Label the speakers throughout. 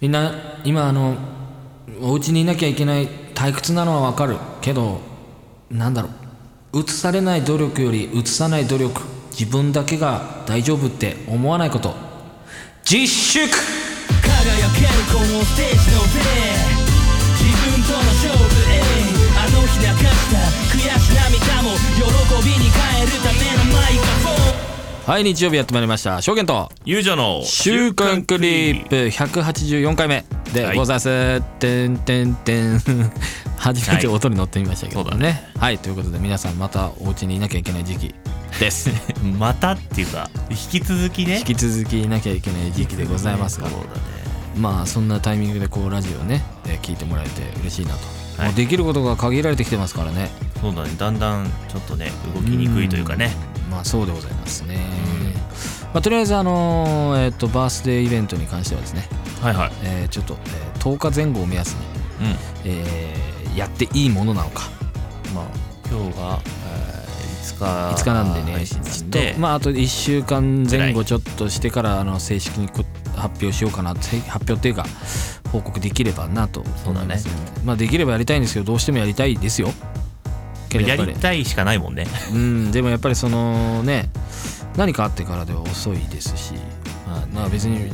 Speaker 1: みんな今あのお家にいなきゃいけない退屈なのはわかるけどなんだろう映されない努力より映さない努力自分だけが大丈夫って思わないこと実粛
Speaker 2: 輝けるこのステージの上自分との勝負へあの日流した悔し涙も喜びに変えるためのマイクロフォン
Speaker 1: はい日曜日やってまいりました証言と
Speaker 3: ゆうじゃの
Speaker 1: 週刊クリップ184回目でございます、てんてんてん 初めて音に乗ってみましたけどね,、
Speaker 3: はい
Speaker 1: はいと
Speaker 3: そうだね
Speaker 1: いうことで皆さんまたお家にいなきゃいけない時期です
Speaker 3: またっていうか引き続きね
Speaker 1: 引き続きいなきゃいけない時期でございますが
Speaker 3: そうだね
Speaker 1: まあそんなタイミングでこうラジオね、えー聞いてもらえて嬉しいなと、
Speaker 3: はい
Speaker 1: もうできることが限られてきてますからね
Speaker 3: そうだねだんだんちょっとね動きにくいというかね
Speaker 1: まあそうでございますね、まあ、とりあえずあのーえっ、とバースデーイベントに関してはですね、
Speaker 3: はいはい
Speaker 1: えーちょっと、えー10日前後を目安に、
Speaker 3: うん
Speaker 1: えーやっていいものなのか
Speaker 3: まあ今日がえー5日
Speaker 1: 5日なんでね
Speaker 3: 配信して
Speaker 1: ちょっとまああと1週間前
Speaker 3: ぐら
Speaker 1: 後ちょっとしてからあの正式にこ発表しようかなって発表っていうか報告できればなと
Speaker 3: そうだ
Speaker 1: 思
Speaker 3: ね
Speaker 1: いますのでまあできればやりたいんですけどどうしてもやりたいですよけど
Speaker 3: や
Speaker 1: っぱ
Speaker 3: りたいしかない もんね
Speaker 1: うんでもやっぱりそのね何かあってからでは遅いですし、
Speaker 3: まあね
Speaker 1: まあ、別に、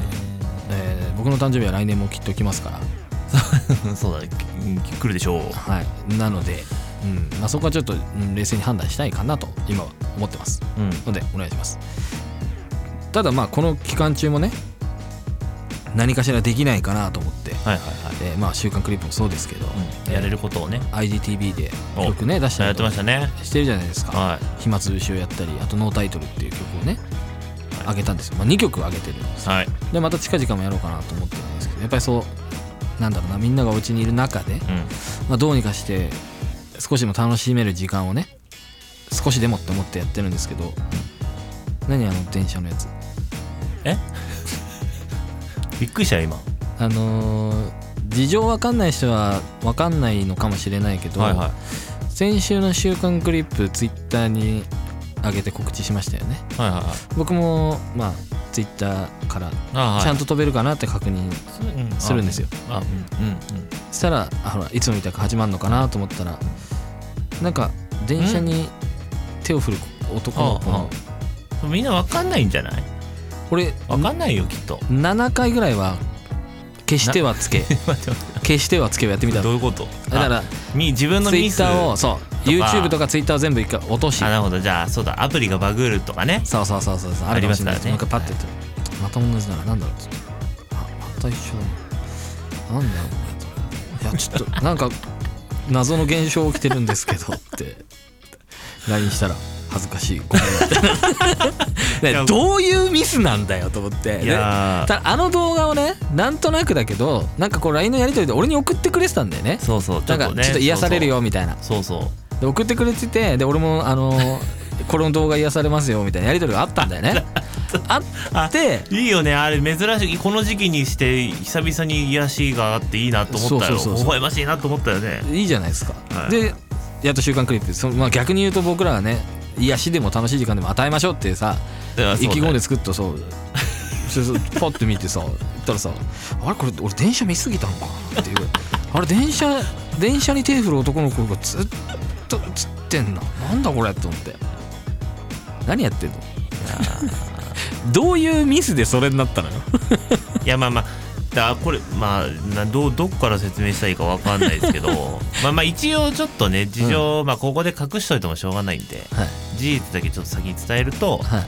Speaker 1: えー僕の誕生日は来年もきっと来ますから、
Speaker 3: そうだねき来るでしょう
Speaker 1: はい、なので、うんまあ、そこはちょっと、うん冷静に判断したいかなと今は思ってます
Speaker 3: うん
Speaker 1: のでお願いしますただまあこの期間中もね何かしらできないかなと思って、
Speaker 3: はいはいはい
Speaker 1: えーまあ「週刊クリップ」もそうですけど、
Speaker 3: うんやれることをね
Speaker 1: IGTV で曲ね出した
Speaker 3: やっ
Speaker 1: りと
Speaker 3: て
Speaker 1: か
Speaker 3: ましたね
Speaker 1: してるじゃないですか、
Speaker 3: はい
Speaker 1: 暇つぶしをやったりあと「ノータイトル」っていう曲をね
Speaker 3: はい
Speaker 1: 上げたんですよ、まあ、2曲上げてるんですよ
Speaker 3: はい
Speaker 1: でまた近々もやろうかなと思ってるんですけどやっぱりそうなんだろうなみんながお家にいる中で、
Speaker 3: うん
Speaker 1: まあ、どうにかして少しでも楽しめる時間をね少しでもって思ってやってるんですけど何あの電車のやつ
Speaker 3: えびっくりしたよ今
Speaker 1: あのー事情わかんない人はわかんないのかもしれないけど、
Speaker 3: はいはい
Speaker 1: 先週の「週刊クリップ」ツイッターに上げて告知しましたよね
Speaker 3: はいはいはい
Speaker 1: 僕もまあツイッターから
Speaker 3: あ
Speaker 1: ちゃんと飛べるかなって確認
Speaker 3: と
Speaker 1: するんですよ
Speaker 3: あうんうんうん
Speaker 1: したらあほらいつもみたく始まるのかなと思ったらなんか電車に手を振る男の子
Speaker 3: あ
Speaker 1: の
Speaker 3: みんなわかんないんじゃない
Speaker 1: 俺
Speaker 3: わかんないよきっと
Speaker 1: 7回ぐらいは消してはつけ
Speaker 3: 待って待っ
Speaker 1: 消してはつけをやってみた
Speaker 3: てど
Speaker 1: の
Speaker 3: ういうこと
Speaker 1: だから
Speaker 3: あみ自分の
Speaker 1: ツイ
Speaker 3: ミ
Speaker 1: ッ
Speaker 3: ス
Speaker 1: ターをそう
Speaker 3: か
Speaker 1: YouTube とかツイッターを全部一回落とし
Speaker 3: あなるほどじゃあそうだアプリがバグるとかね
Speaker 1: そうそうそうそうそうあるかもしれない
Speaker 3: あり
Speaker 1: なん
Speaker 3: ます
Speaker 1: か
Speaker 3: か
Speaker 1: パ
Speaker 3: ら
Speaker 1: ッ
Speaker 3: ね
Speaker 1: てやってまた同じだななんだろうちょっとあまた一緒だななんだろうこれいやち ょっとなんか謎の現象起きてるんですけどって LINE したら恥ずかしいご めんね
Speaker 3: いや
Speaker 1: どういうミスなんだよと思って
Speaker 3: い
Speaker 1: ね
Speaker 3: やー
Speaker 1: ただあの動画をねなんとなくだけどなんかこう LINE のやり取りで俺に送ってくれてたんだよね
Speaker 3: そうそうちょ
Speaker 1: な
Speaker 3: っ
Speaker 1: んか
Speaker 3: とね
Speaker 1: ちょっと癒されるよみたいな
Speaker 3: そうそうそう
Speaker 1: で送ってくれててで俺もあの ーこの動画癒されますよみたいなやり取りがあったんだよねあって
Speaker 3: そういいよねあれ珍しいこの時期にして久々に癒しがあっていいなと思ったよ
Speaker 1: そうそうそうそう
Speaker 3: 微笑ましいなと思ったよね
Speaker 1: いいじゃないですか、
Speaker 3: はい
Speaker 1: でやっと「週刊クリップ」そのまあ、逆に言うと僕らはね癒しでも楽しい時間でも与えましょうっていうさ
Speaker 3: だから
Speaker 1: 意
Speaker 3: そうだ
Speaker 1: 気
Speaker 3: よ
Speaker 1: 込んで作ったそうそうそうパッて見てさ言ったらさ「あれこれ俺電車見すぎたのかな」っていうあれ電車電車に手振る男の子がずっとつってんななんだこれと思って何やってんのどういうミスでそれになったのよ
Speaker 3: いやまあまあだこれまあなどうどっから説明したらいいかわかんないですけど まあまあ一応ちょっとね事情、まあここで隠しといてもしょうがないんで
Speaker 1: はい
Speaker 3: 事実だけちょっと先に伝えると
Speaker 1: はい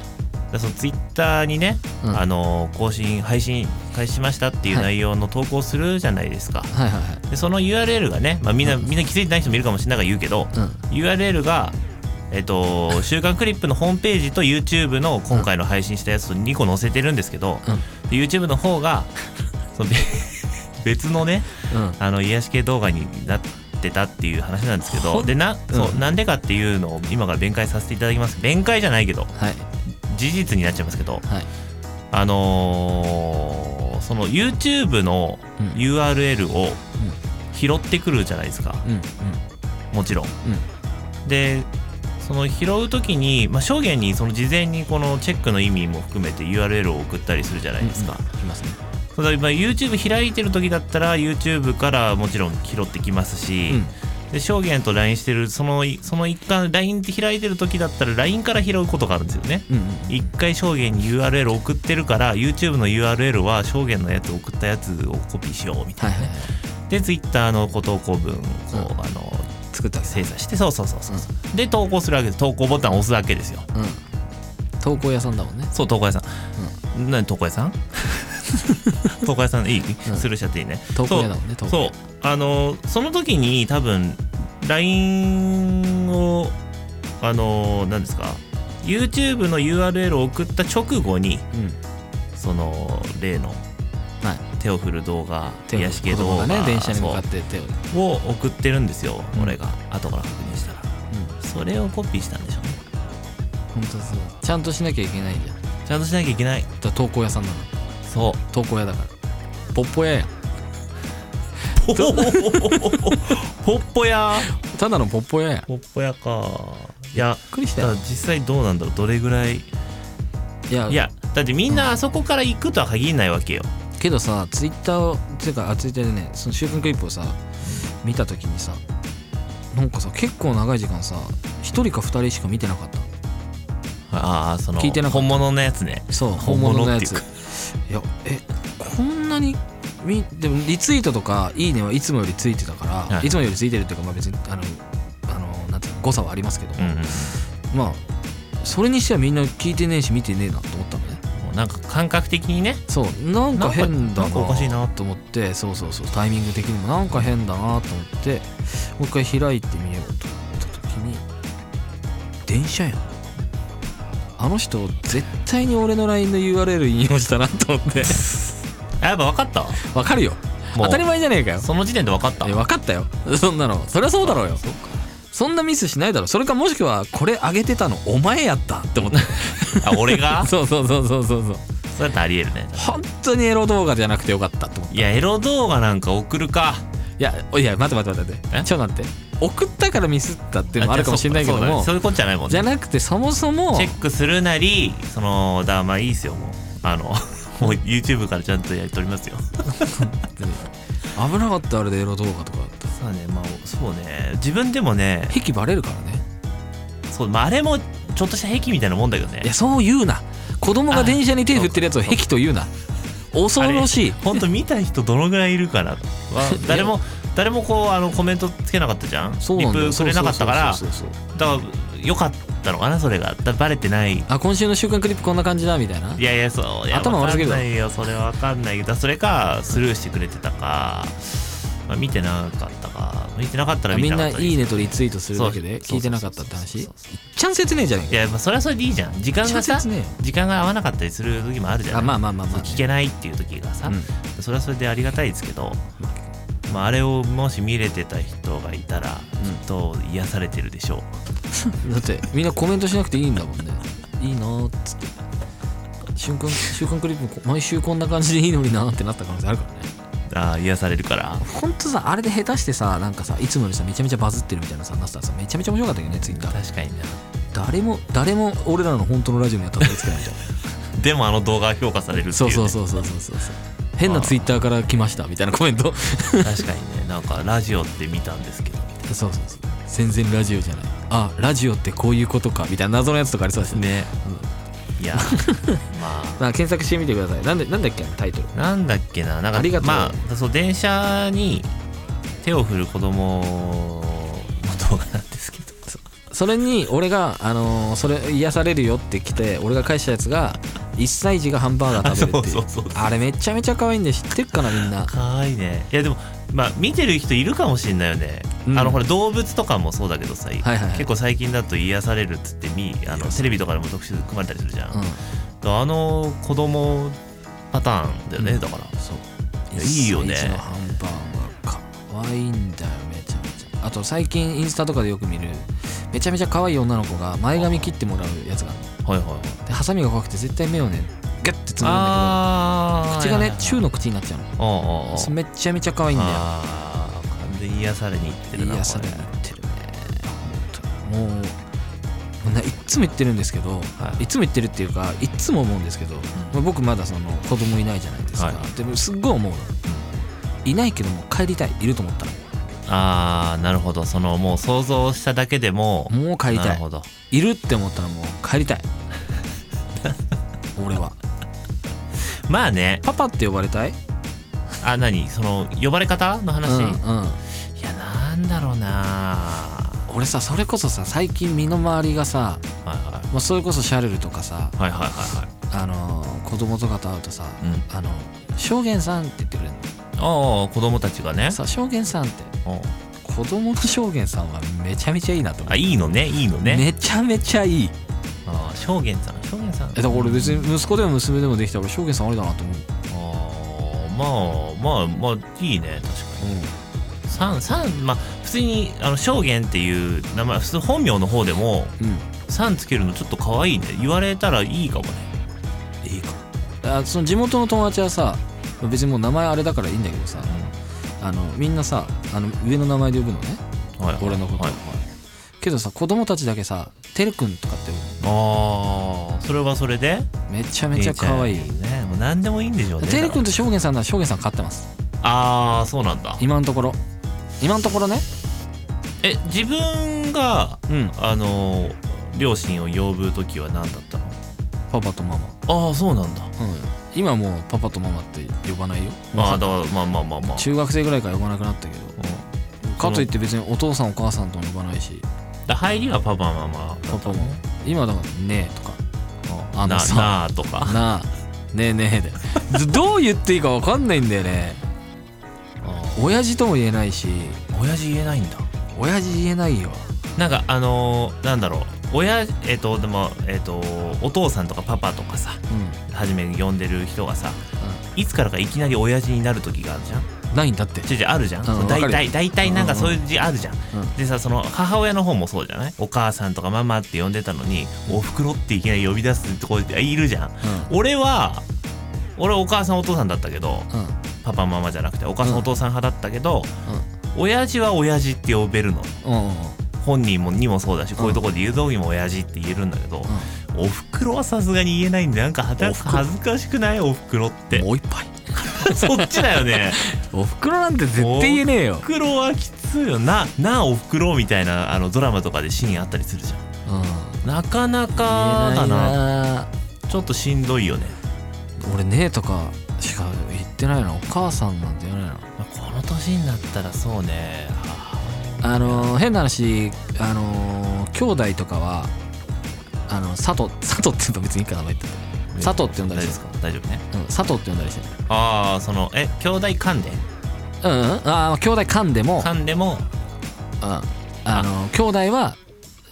Speaker 3: だそのツイッターにね、
Speaker 1: うん
Speaker 3: あの更新配信開始しましたっていう
Speaker 1: はい
Speaker 3: 内容の投稿するじゃないですか、
Speaker 1: はいはい
Speaker 3: でその URL がね、まあ、みんな
Speaker 1: うん
Speaker 3: みんな気づいてない人もいるかもしれないから言うけど、
Speaker 1: はい
Speaker 3: URL がえっと「 週刊クリップ」のホームページと YouTube の今回の配信したやつと2個載せてるんですけど、
Speaker 1: うん
Speaker 3: で YouTube の方が そのべ別のね
Speaker 1: うんうん
Speaker 3: あの癒し系動画になってたっていう話なんですけど
Speaker 1: ほん
Speaker 3: でなそう、
Speaker 1: うん
Speaker 3: なんでかっていうのを今から弁解させていただきます弁解じゃないけど
Speaker 1: はい
Speaker 3: 事実になっちゃいますけど
Speaker 1: はい
Speaker 3: あのーその YouTube の
Speaker 1: うん
Speaker 3: URL を拾ってくるじゃないですか
Speaker 1: うんうん
Speaker 3: もちろん。
Speaker 1: うん
Speaker 3: でその拾う時に、まあ、証言にその事前にこのチェックの意味も含めて URL を送ったりするじゃないですか。
Speaker 1: うんうんいますね
Speaker 3: だから今 YouTube 開いてる時だったら YouTube からもちろん拾ってきますし、で証言と LINE してるそのその一環 LINE って開いてる時だったら LINE から拾うことがあるんですよね、
Speaker 1: うんうん
Speaker 3: 一回証言に URL 送ってるから YouTube の URL は証言のやつ送ったやつをコピーしようみた
Speaker 1: はいい
Speaker 3: な、
Speaker 1: はいはい
Speaker 3: で Twitter のご投稿文をこう、
Speaker 1: うん
Speaker 3: あの
Speaker 1: 作ったんです
Speaker 3: 精査してそうそうそうそう、で投稿するわけです投稿ボタンを押すだけですよ
Speaker 1: うん投稿屋さんだもんね
Speaker 3: そう、床屋さん。何、床屋さ ん床屋さん、いい、
Speaker 1: ん
Speaker 3: スルーしちゃっていいね。
Speaker 1: 床屋だもんね
Speaker 3: そ
Speaker 1: 床
Speaker 3: うそう。あの、その時に多分、LINE を、あの、何ですか、YouTube の URL を送った直後に、
Speaker 1: うん
Speaker 3: その、例の
Speaker 1: はい
Speaker 3: 手を振る動画、
Speaker 1: 手を
Speaker 3: 癒し系動画
Speaker 1: 子供がね電車に向かって手をうん
Speaker 3: そうを送ってるんですよ、俺が。後から確認したら。それをコピーしたんでしょうね。
Speaker 1: 本当そうちゃんとしなきゃいけないんだよ
Speaker 3: ちゃんとしなきゃいけない。
Speaker 1: だから投稿屋さんなの
Speaker 3: そう。
Speaker 1: 投稿屋だからポッポ屋やん
Speaker 3: ほほほほほほっぽや
Speaker 1: ただのポッポ屋やんびっ
Speaker 3: ポッポやかいや
Speaker 1: くりした
Speaker 3: だから
Speaker 1: よ
Speaker 3: 実際どうなんだろうどれぐらい
Speaker 1: いや
Speaker 3: いやだってみんなあそこから行くとは限らないわけよ
Speaker 1: けどさツイッターをっていうかあツイッターでねその「週刊クリップ」をさ見た時にさなんかさ結構長い時間さ一人か二人しか見てなかった
Speaker 3: ああその
Speaker 1: 聞いてなかった
Speaker 3: 本物のやつね
Speaker 1: そう
Speaker 3: 本
Speaker 1: 本
Speaker 3: 物
Speaker 1: 物のやつ
Speaker 3: っていう
Speaker 1: いやえこんなにみでもリツイートとか「いいね」はいつもよりついてたから、
Speaker 3: はい
Speaker 1: い、つもよりついてるっていうかまあ別にあのあのなんていうの誤差はありますけど、
Speaker 3: うん、うん
Speaker 1: まあそれにしてはみんな聞いてねえし見てねえなと思ったのね
Speaker 3: もうなんか感覚的にね
Speaker 1: そうなんか変だな
Speaker 3: なんかおかしいな
Speaker 1: と思ってそうそうそうタイミング的にもなんか変だなと思ってもう一回開いてみようと思った時に電車やんあの人絶対に俺の LINE の URL 引用したなと思って
Speaker 3: あやっぱ分かった
Speaker 1: わかるよ
Speaker 3: もう
Speaker 1: 当たり前じゃねえかよ
Speaker 3: その時点で分かった
Speaker 1: いや分かったよそんなのそりゃそうだろうよ
Speaker 3: そう
Speaker 1: そんなミスしないだろそれかもしくはこれ上げてたのお前やったって 思った
Speaker 3: あ俺が
Speaker 1: そうそうそうそうそうそう
Speaker 3: そうやってありえるね
Speaker 1: 本当にエロ動画じゃなくてよかったと思った
Speaker 3: いやエロ動画なんか送るか
Speaker 1: いやおいや待って待って待って待っ
Speaker 3: え
Speaker 1: てちょっと待って送ったからミスったっていうのもあるかもしれないけど
Speaker 3: そうだ
Speaker 1: も
Speaker 3: ねそういうことじゃないもん
Speaker 1: じ
Speaker 3: ね
Speaker 1: ゃなくてそもそも
Speaker 3: チェックするなりそのだまあいいですよもうあの もう YouTube からちゃんとやりとりますよ
Speaker 1: 危なかったあれでエロ動画とかだったら
Speaker 3: そうねまあそうね自分でもね
Speaker 1: 癖バレるからね
Speaker 3: そう、まあ、あれもちょっとした癖みたいなもんだけどね
Speaker 1: いやそう言うな子供が電車に手振ってるやつを癖と言うな恐ろしい
Speaker 3: 本当見た人どのぐらいいるか なわ 誰も誰もこうあのコメントつけなかったじゃん
Speaker 1: そうなんだ
Speaker 3: リ
Speaker 1: よ
Speaker 3: プくれなかったから
Speaker 1: そうそうそうそうそう
Speaker 3: だからよかったのかなそれがだバレてない
Speaker 1: あ今週の「週刊クリップ」こんな感じだみたいない
Speaker 3: やいやそういや
Speaker 1: 頭悪すぎる
Speaker 3: わ
Speaker 1: だ
Speaker 3: か
Speaker 1: ろ
Speaker 3: んないよそれはわかんないけどそれかスルーしてくれてたか、まあ、見てなかったか見てなかったら
Speaker 1: あ
Speaker 3: 見
Speaker 1: み
Speaker 3: て
Speaker 1: ん
Speaker 3: なか
Speaker 1: な「
Speaker 3: った
Speaker 1: いい
Speaker 3: ね
Speaker 1: ね」とリツイートするだけで
Speaker 3: そうそうそうそう
Speaker 1: 聞いてなかったって話い
Speaker 3: そう
Speaker 1: っ
Speaker 3: そう
Speaker 1: ちゃん切ねえじゃね
Speaker 3: いやまあそれはそれでいいじゃん時間が
Speaker 1: 一応
Speaker 3: さ
Speaker 1: 説明よ
Speaker 3: 時間が合わなかったりする時もあるじ
Speaker 1: え
Speaker 3: ゃ
Speaker 1: か
Speaker 3: な
Speaker 1: あ
Speaker 3: い
Speaker 1: まあまあまあまあ、
Speaker 3: 聞けないっていう時がさ、
Speaker 1: うん
Speaker 3: それはそれでありがたいですけど、まあ、あれをもし見れてた人がいたら
Speaker 1: う
Speaker 3: ず
Speaker 1: ん
Speaker 3: っと癒されてるでしょう、
Speaker 1: だってみんなコメントしなくていいんだもんねいいなーっつって瞬間瞬間クリップも毎週こんな感じでいいのになーってなった可能性あるからね
Speaker 3: ああ癒されるから
Speaker 1: ほんとさあれで下手してさなんかさいつもよりさめちゃめちゃバズってるみたいなさなってたらさめちゃめちゃ面白かったけどねツイッター
Speaker 3: 確かにな
Speaker 1: 誰も誰も俺らの本当のラジオにはたどり着けないじゃん
Speaker 3: でもあの動画は評価されるっていう、ね、
Speaker 1: そうそうそうそうそうそう変なツイッターから来ましたみたいなコメント そう
Speaker 3: 確かにねなんかラジオって見たんですけどみたいう
Speaker 1: そうそう全然ラジオじゃないあラジオってこういうことかみたいな謎のやつとかありそうです
Speaker 3: な
Speaker 1: ね、
Speaker 3: ね いやまあ
Speaker 1: まあ、検索してみてくださいなんでなんだっけタイトル
Speaker 3: なんだっけななんか
Speaker 1: ありがとう
Speaker 3: まあそう電車に手を振る子供の動画なんですけど
Speaker 1: それに俺が、あのーそれ癒されるよって来て俺が返したやつが1歳児がハンバーガー食べるっていう
Speaker 3: そうそうそうそう
Speaker 1: あれめちゃめちゃ可愛いんで知ってるかなみんな
Speaker 3: 可愛いねいやでもまあ見てる人いるかもしれないよね、
Speaker 1: うん
Speaker 3: あのほら動物とかもそうだけどさ、
Speaker 1: はいはい
Speaker 3: 結構最近だと癒されるっつってみあのテレビとかでも特集組まれたりするじゃん、
Speaker 1: う
Speaker 3: あの子供パターンだよね、
Speaker 1: うん
Speaker 3: だから
Speaker 1: んそう
Speaker 3: いやいいよ
Speaker 1: 1
Speaker 3: ね
Speaker 1: 歳児のハンバーガー可愛いんだよめちゃめちゃあと最近インスタとかでよく見るめちゃめちゃ可愛い女の子が前髪切ってもらうやつがある
Speaker 3: はいはいはい
Speaker 1: のでハサミが怖くて絶対目をねギュッてつむるんだけ
Speaker 3: あ
Speaker 1: ど口がね中
Speaker 3: の
Speaker 1: の口になっちゃうの
Speaker 3: ああ
Speaker 1: それめちゃめちゃ可愛いんだよ
Speaker 3: あー完全に癒されに行ってるな
Speaker 1: 癒され
Speaker 3: こ
Speaker 1: になってるねもうねいっつも言ってるんですけど、、
Speaker 3: はい
Speaker 1: つも言ってるっていうかいっつも思うんですけど、まあ僕まだその子供いないじゃないですか、
Speaker 3: はい
Speaker 1: でもすっごい思うの、いないけどもう帰りたいいると思ったら
Speaker 3: あーなるほどそのもう想像しただけでも
Speaker 1: もう帰り
Speaker 3: な
Speaker 1: た
Speaker 3: る
Speaker 1: い
Speaker 3: ほど
Speaker 1: いるって思ったらもう帰りた い俺は
Speaker 3: まあね
Speaker 1: パパって呼ばれたい、
Speaker 3: あ何その呼ばれ方の
Speaker 1: う
Speaker 3: 話、
Speaker 1: ん
Speaker 3: い
Speaker 1: うん、
Speaker 3: やなんだろうなは
Speaker 1: 俺さそれこそさ最近身の回りがさ、
Speaker 3: いは
Speaker 1: まあ、それこそシャルルとかさ
Speaker 3: いはいはいはいはい
Speaker 1: あのー子供とかと会うとさ「
Speaker 3: うん
Speaker 1: あの証言さん」って言ってくれるの
Speaker 3: ああ子供たちがね
Speaker 1: さ証言さんって
Speaker 3: おう
Speaker 1: 子供の証言さんはめちゃめちゃいいなと思う
Speaker 3: あいいのねいいのね
Speaker 1: めちゃめちゃいい
Speaker 3: ああ証言さん証言さん
Speaker 1: えだから俺別に息子でも娘でもできたら俺証言さんあれだなと思う、
Speaker 3: あーまあまあまあいいね確かに三三まあ普通にあの証言っていう名前普通本名の方でも
Speaker 1: うんうん
Speaker 3: さんつけるのちょっと可愛いね言われたらいいかもね
Speaker 1: いいかあその地元の友達はさ別にもう名前あれだからいいんだけどさ、あのみんなさあの上の名前で呼ぶのね
Speaker 3: はいはい
Speaker 1: 俺のこと
Speaker 3: はいはい
Speaker 1: けどさ子供たちだけさ「てるくん」とかって呼ぶ
Speaker 3: ああそれはそれで
Speaker 1: のめちゃめちゃ可愛いよ
Speaker 3: 姉ちゃんねもう何でもいいんでしょうね
Speaker 1: てるくんと証言さんなら証言さん勝ってます
Speaker 3: ああそうなんだ
Speaker 1: 今のところ今のところね
Speaker 3: え自分が
Speaker 1: うん
Speaker 3: あの両親を呼ぶ時は何だったの
Speaker 1: パパとママ
Speaker 3: ああそうなんだ
Speaker 1: うん今もうパパとママって呼ばないよ
Speaker 3: まあだからまあまあまあまあ
Speaker 1: 中学生ぐらいから呼ばなくなったけどかといって別にお父さんお母さんとも呼ばないし
Speaker 3: だ入りはパパママ
Speaker 1: パパも今だから「ねえ」とか
Speaker 3: あ
Speaker 1: あの
Speaker 3: な
Speaker 1: さ
Speaker 3: なあとか
Speaker 1: 「なあねえねえ」でどう言っていいか分かんないんだよね親父とも言えないし
Speaker 3: 親父言えないんだ
Speaker 1: 親父言えないよ
Speaker 3: なんかあのーなんだろう親えっ、とでもえっ、とお父さんとかパパとかさ
Speaker 1: うん
Speaker 3: 初めに呼んでる人がさいつからかいきなり親父になる時があるじゃん
Speaker 1: ないんだって
Speaker 3: ちょいちょいあるじゃん、
Speaker 1: ん
Speaker 3: その
Speaker 1: わか
Speaker 3: 大
Speaker 1: るよ
Speaker 3: 体大体なんかそういう字あるじゃん、
Speaker 1: うん
Speaker 3: でさその母親の方もそうじゃないお母さんとかママって呼んでたのにおふくろっていきなり呼び出すとこいるじゃん俺は俺はお母さんお父さんだったけど
Speaker 1: うんうん
Speaker 3: パパママじゃなくてお母さん
Speaker 1: うん
Speaker 3: お父さん派だったけど、親父は親父って呼べるの
Speaker 1: うんうん
Speaker 3: 本人もにもそうだしこういうところで言う時も親父って言えるんだけど、おふくろはさすがに言えないんでなんか恥ず
Speaker 1: おふくろ
Speaker 3: 恥ずかしくないおふくろって
Speaker 1: もう一杯
Speaker 3: そっちだよね
Speaker 1: おふくろなんて絶対言えねえよ
Speaker 3: おふくろはきついよななあおふくろみたいなあのドラマとかでシーンあったりするじゃん
Speaker 1: うん
Speaker 3: なかな
Speaker 1: 言
Speaker 3: か
Speaker 1: えな
Speaker 3: だ
Speaker 1: い
Speaker 3: な
Speaker 1: な
Speaker 3: ちょっとしんどいよね
Speaker 1: 俺ねえとかしか言ってないなお母さんなんて言わないな
Speaker 3: まあこの年になったらそうねあ
Speaker 1: あのー変な話あのー兄弟とかはあの佐藤佐藤って言うと別にいいかな言って
Speaker 3: ー
Speaker 1: 佐藤って呼んだ
Speaker 3: 大
Speaker 1: りし
Speaker 3: 丈夫で
Speaker 1: て
Speaker 3: すか大丈夫ね
Speaker 1: うん佐藤って呼んだりしてる
Speaker 3: ああそのえ兄弟間で
Speaker 1: うんうんあー兄弟噛んでも、うん、
Speaker 3: 間でも
Speaker 1: あのー兄弟は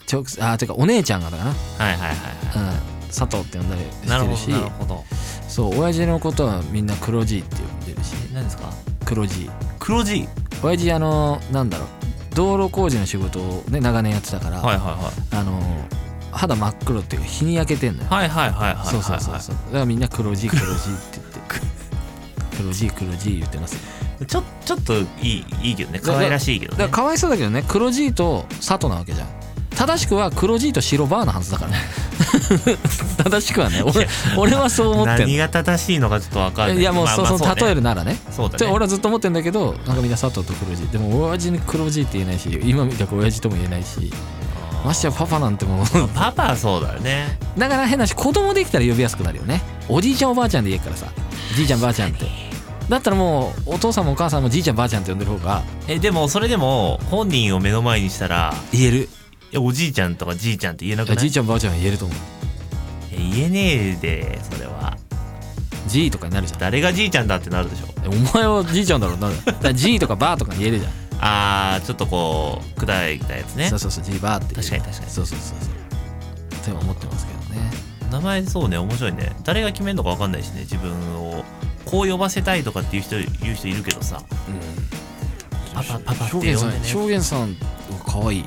Speaker 1: ちょあーてかお姉ちゃんがだかな、
Speaker 3: はいはいはいは
Speaker 1: うん、佐藤って呼んだり
Speaker 3: い
Speaker 1: して
Speaker 3: なるほ
Speaker 1: る
Speaker 3: ど
Speaker 1: し
Speaker 3: なるほど
Speaker 1: そう親父のことはみんな黒じいって呼んでるし
Speaker 3: 何ですか
Speaker 1: 黒じい
Speaker 3: 黒字
Speaker 1: 親父あのーなんだろう道路工事の仕事をね長年やってたから、
Speaker 3: はいはいはい
Speaker 1: あのー肌真っ黒っていうか日に焼けてんのよ
Speaker 3: はいはいはいはいはい
Speaker 1: そうそうそうそうだからみんな黒字黒字って言 って黒字黒字言ってます
Speaker 3: ちょちょっといいいいけどね可愛らしいけど
Speaker 1: だから
Speaker 3: ね
Speaker 1: かわいそうだけどね黒字と佐藤なわけじゃん正しくは黒字と白バーのはず だからね正しくはね俺俺はそう思ってん
Speaker 3: 何が正しいのかちょっとわかんない
Speaker 1: いやもうそうそう例え
Speaker 3: る
Speaker 1: るならね
Speaker 3: そうだ
Speaker 1: って
Speaker 3: ね
Speaker 1: 俺はずっと思ってんだけどなんかみんな佐藤と黒字でも親父に黒字って言えないし今みたく親父とも言えないしましてやパパなんてもう
Speaker 3: パパはそうだよね
Speaker 1: だから変なし子供できたら呼びやすくなるよねおじいちゃんおばあちゃんで言えっからさじいちゃんばあちゃんってだったらもうお父さんもお母さんもじいちゃんばあちゃんって呼んでる方が
Speaker 3: えでもそれでも本人を目の前にしたら
Speaker 1: 言える
Speaker 3: えおじいちゃんとかじいちゃんって言えなくない
Speaker 1: じいちゃんばあちゃんは言えると思う
Speaker 3: え言えねえでそれは
Speaker 1: じいとかになるじゃん
Speaker 3: 誰がじいちゃんだってなるでしょ
Speaker 1: お前はじいちゃんだろうなだからじいとかばあとか言えるじゃん、
Speaker 3: あーちょっとこう砕いたやつね
Speaker 1: そうそうそうじいばあって言う
Speaker 3: 確かに確かに
Speaker 1: そうそうそうそうって思ってますけどね
Speaker 3: 名前そうね面白いね誰が決めるのか分かんないしね自分をこう呼ばせたいとかっていう人言う人いるけどさパパパパって呼ん
Speaker 1: 表現
Speaker 3: で
Speaker 1: さ
Speaker 3: ね
Speaker 1: ん証言さんは可愛い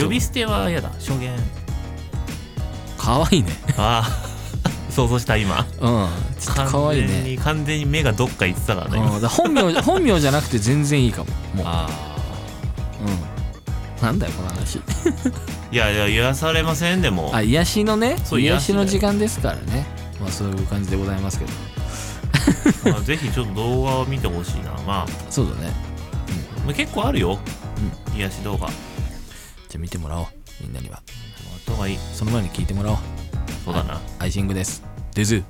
Speaker 3: 呼び捨ては嫌だ証言
Speaker 1: 可愛いね
Speaker 3: ああ 想像した今
Speaker 1: うんちょっと可愛い
Speaker 3: 完全
Speaker 1: ね
Speaker 3: に完全に目がどっか行ってたから
Speaker 1: う
Speaker 3: ね
Speaker 1: んだ
Speaker 3: 今
Speaker 1: から本名本名じゃなくて全然いいかももう
Speaker 3: あ
Speaker 1: うんなんだよこの話
Speaker 3: いやいや癒されませんでも
Speaker 1: あ癒しのね
Speaker 3: そう
Speaker 1: 癒しの
Speaker 3: 癒しだ
Speaker 1: 時
Speaker 3: よ
Speaker 1: 間ですからねまあそういう感じでございますけど
Speaker 3: まあぜひちょっと動画を見てほしいなま
Speaker 1: そうだね
Speaker 3: あまあ結構あるよ、癒し動画
Speaker 1: じゃあ見てもらおうみんなには
Speaker 3: あった方がいい
Speaker 1: その前に聞いてもらおう
Speaker 3: そうだな、
Speaker 1: アイシングですデズー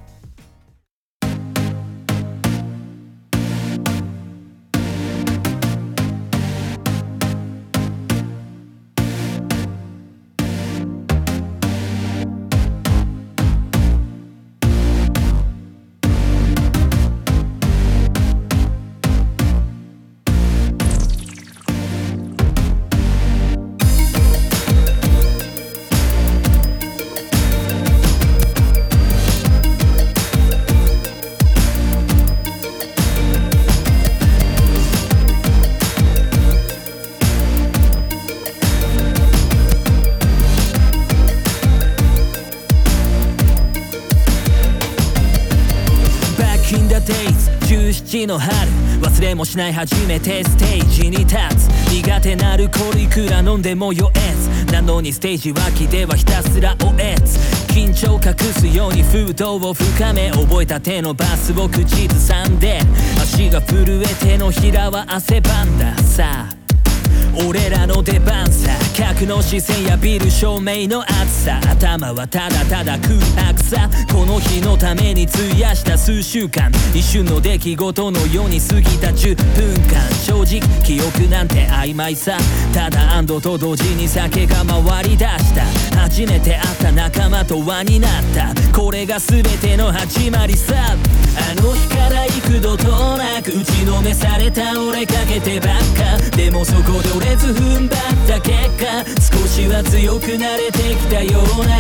Speaker 2: バックインダデイズ17の春忘れもしない初めてステージに立つ苦手なアルコールいくら飲んでも酔えずなのにステージ脇ではひたすらおえつ緊張隠すように風動を深め覚えた手のバスを口ずさんで足が震え手のひらは汗ばんださあ俺らの出番さ客の視線やビル照明の熱さ頭はただただ空白さこの日のために費やした数週間一瞬の出来事のように過ぎた10分間正直記憶なんて曖昧さただ安堵と同時に酒が回り出した初めて会った仲間と輪になったこれが全ての始まりさあの日から幾度となく打ちのめされた俺かけてばっかでもそこで折れず踏ん張った結果少しは強くなれてきたような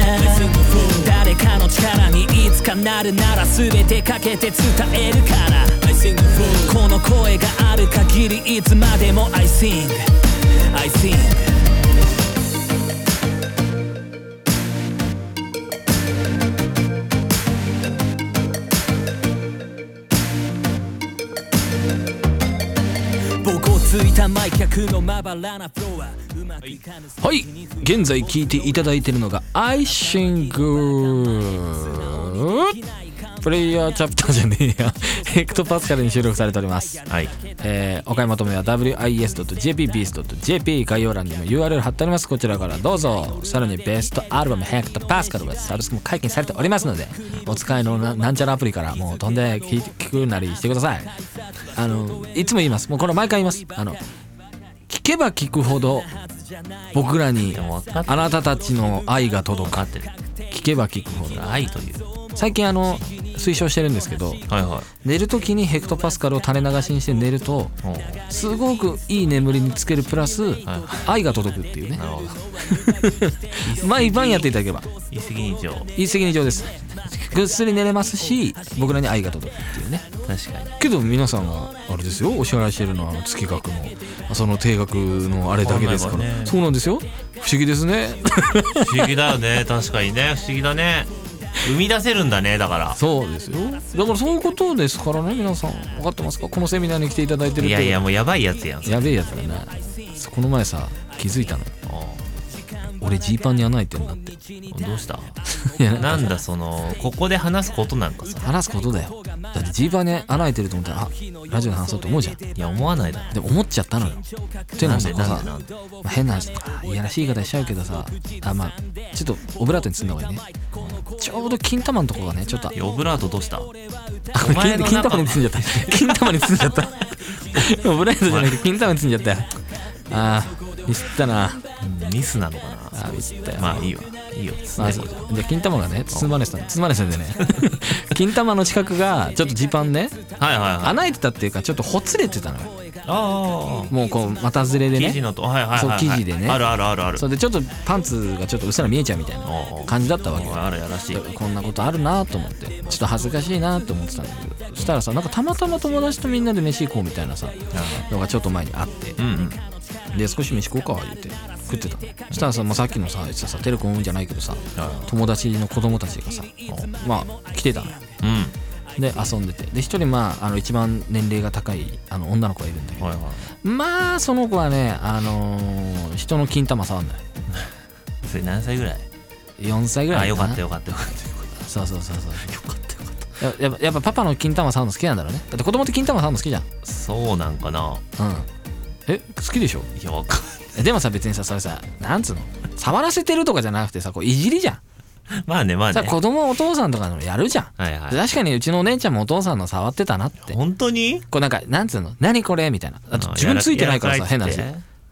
Speaker 2: 誰かの力にいつかなるなら全てかけて伝えるからこの声がある限りいつまでも I sing I sing ぼこついたマイ客のまばらなフロアうまくいかぬ
Speaker 1: はい現在聞いていただいてるのがアイシングプレイヤーチャプターじゃねえや ヘクトパスカルに収録されております
Speaker 3: はい
Speaker 1: えー、お買い求めは wis.jpbeast.jp 概要欄にも URL 貼っておりますこちらからどうぞさらにベストアルバム「ヘクトパスカル」はサブスクも解禁されておりますのでお使いのななんちゃらアプリからもう飛んで聞い聞くなりしてくださいあのいつも言いますもうこれ毎回言いますあの聞けば聞くほど僕らに
Speaker 3: でも分かっ
Speaker 1: あなたたちの愛が届
Speaker 3: 分か
Speaker 1: く
Speaker 3: ってる
Speaker 1: 聞けば聞くほど
Speaker 3: 愛という
Speaker 1: 最近あの推奨してるんですけど
Speaker 3: はいはい
Speaker 1: 寝る時にヘクトパスカルを垂れ流しにして寝ると
Speaker 3: おう
Speaker 1: すごくいい眠りにつけるプラス、
Speaker 3: はい
Speaker 1: 愛が届くっていうね
Speaker 3: なるほど
Speaker 1: 毎晩やっていただければ
Speaker 3: 一石二鳥
Speaker 1: 一石二鳥ですぐっすり寝れますし僕らに愛が届くっていうね
Speaker 3: 確かに
Speaker 1: けど皆さんはあれですよお支払いしてるのはあの月額のその定額のあれだけですから、
Speaker 3: わかんないわね
Speaker 1: そうなんですよ不思議ですね
Speaker 3: 不思議だよね確かにね不思議だね生み出せるんだねだか
Speaker 1: そうですよだからそういうことですからね皆さん分かってますかこのセミナーに来ていただいて
Speaker 3: ら
Speaker 1: る
Speaker 3: い
Speaker 1: と
Speaker 3: やいやもうやばいやつやん
Speaker 1: やべえやつだねこの前さ気づいたの
Speaker 3: お
Speaker 1: 俺ジーパンに穴開いてんだって
Speaker 3: うどうした
Speaker 1: いや
Speaker 3: なんだそのここで話すことなんかさ
Speaker 1: 話すことだよだってジーパンに穴開いてると思ったらあラジオで話そうと思うじゃんで
Speaker 3: いや思わないだろ
Speaker 1: も思っちゃったのよっていうのもさこう
Speaker 3: な
Speaker 1: さ
Speaker 3: んでなんで
Speaker 1: まあ変な話あいやらしい言い方しちゃうけどさあまあちょっとオブラートに包んだ方がいいねちょうど金玉のとこがねちょっとあ
Speaker 3: いやオブラートどうした
Speaker 1: あ
Speaker 3: お前の
Speaker 1: 金金
Speaker 3: 中
Speaker 1: 玉に包んじゃった金玉に包んじゃったオブラートじゃなくて金玉に包んじゃったよあーミスったな
Speaker 3: うんミスなのか
Speaker 1: あーミスったよ
Speaker 3: なまあいいわいいよ
Speaker 1: まあ
Speaker 3: 包
Speaker 1: そう
Speaker 3: め
Speaker 1: じゃあ金玉がね包まれてたの包まれてたんでね 金玉の近くがちょっとジーパンね
Speaker 3: はいはいはいあ
Speaker 1: 穴開いてたっていうかちょっとほつれてたのよ
Speaker 3: あ
Speaker 1: もうこう股ずれで
Speaker 3: 生地
Speaker 1: ね
Speaker 3: のとはいはいはいはい
Speaker 1: そう生地でね
Speaker 3: あるあるあるある
Speaker 1: それでちょっとパンツがちょっとうっすら見えちゃうみたいな
Speaker 3: おうおう
Speaker 1: 感じだったわけよ
Speaker 3: あるやらしい
Speaker 1: でこんなことあるなと思ってちょっと恥ずかしいなと思ってたんだけどそしたらさなんかたまたま友達とみんなで飯行こうみたいなさのがちょっと前にあって
Speaker 3: うんうん
Speaker 1: で少し飯食おうか言って食ってたのそしたらさ、まあ、さっきのさ言ってたさテルコンじゃないけどさ
Speaker 3: は
Speaker 1: 友達の子供たちがさまあ来てたのよ
Speaker 3: うん
Speaker 1: で遊んでてで一人まああの一番年齢が高いあの女の子がいるんだけど、
Speaker 3: はいは
Speaker 1: まあその子はねあのー人の金玉触んない
Speaker 3: いそれ何歳ぐらい
Speaker 1: 4歳ぐらい
Speaker 3: あよ
Speaker 1: な
Speaker 3: かったよかったよかった
Speaker 1: そうそうそうそう
Speaker 3: よかったよかっ
Speaker 1: ややっぱやっぱパパの金玉触るの好きなんだろうねだって子供って金玉触るの好きじゃん
Speaker 3: たそうなんかな
Speaker 1: うんえ好きでしょ
Speaker 3: いやわかん
Speaker 1: えでもさ別にさそれさなんつうの触らせてるとかじゃなくてさこういじりじゃん
Speaker 3: まあねまあ
Speaker 1: さ
Speaker 3: ね
Speaker 1: 子供お父さんとかのやるじゃん
Speaker 3: はいは
Speaker 1: 確かにうちのお姉ちゃんもお父さんの触ってたなっ
Speaker 3: い
Speaker 1: てこ
Speaker 3: 本当に
Speaker 1: うなんかなんつうの何これみたいなあと自分ついてないからさ変な話
Speaker 3: 話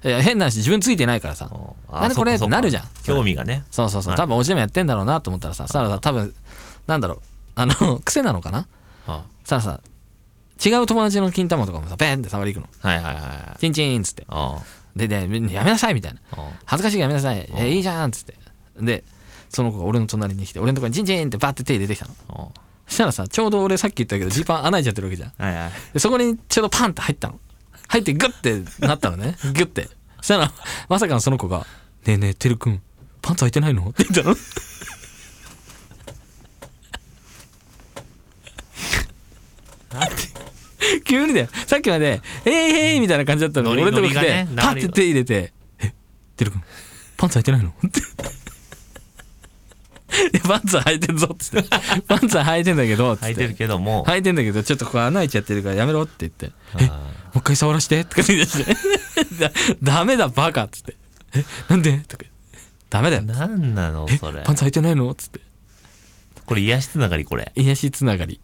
Speaker 1: いや変な話自分ついてないからさなんでこれなるじゃん
Speaker 3: 興味がね
Speaker 1: そうそうそう
Speaker 3: はい
Speaker 1: 多分おじでもやってんだろうなと思ったらささらさ多分なんだろうあの 癖なのかな
Speaker 3: あ
Speaker 1: さらさ違う友達の金玉とかもさペンって触り行くの
Speaker 3: はいはいはいはい
Speaker 1: チンチンっつって
Speaker 3: あ
Speaker 1: ででやめなさいみたいな
Speaker 3: ああ
Speaker 1: 恥ずかしいからやめなさいえいいじゃんっつってでその子が俺の隣に来て俺のとこにチンチンってバッて手入れてきたの
Speaker 3: あ
Speaker 1: そしたらさちょうど俺さっき言ったけどジーパン穴開いちゃってるわけじゃん
Speaker 3: はいはい
Speaker 1: でそこにちょうどパンって入ったの入ってグッてなったの ねグッてそしたらまさかのその子が「ねえねえてるくんパンツ開いてないの?」って言ったの
Speaker 3: なんて
Speaker 1: 急にだよさっきまで「えいへい」みたいな感じだったのに
Speaker 3: ノ
Speaker 1: 俺
Speaker 3: リ
Speaker 1: のとこ来
Speaker 3: ノリ
Speaker 1: て
Speaker 3: がね
Speaker 1: パンって手入れて「えてるくんパンツ開いてないの?」 っていや「パンツは履いてんぞ」っつって「パンツは履いてんだけど」っつって
Speaker 3: 履いてるけども
Speaker 1: 履いてんだけどちょっとここ穴開いちゃってるからやめろって言って「えも
Speaker 3: あ
Speaker 1: う一回触らして」とか 言い出してだ「ダメだバカ」っつって「えなんで?」とか「ダメだよ」
Speaker 3: なんなの
Speaker 1: え
Speaker 3: それ
Speaker 1: パンツ履いてないの?」っつって
Speaker 3: これ癒しつながりこれ
Speaker 1: 癒しつながり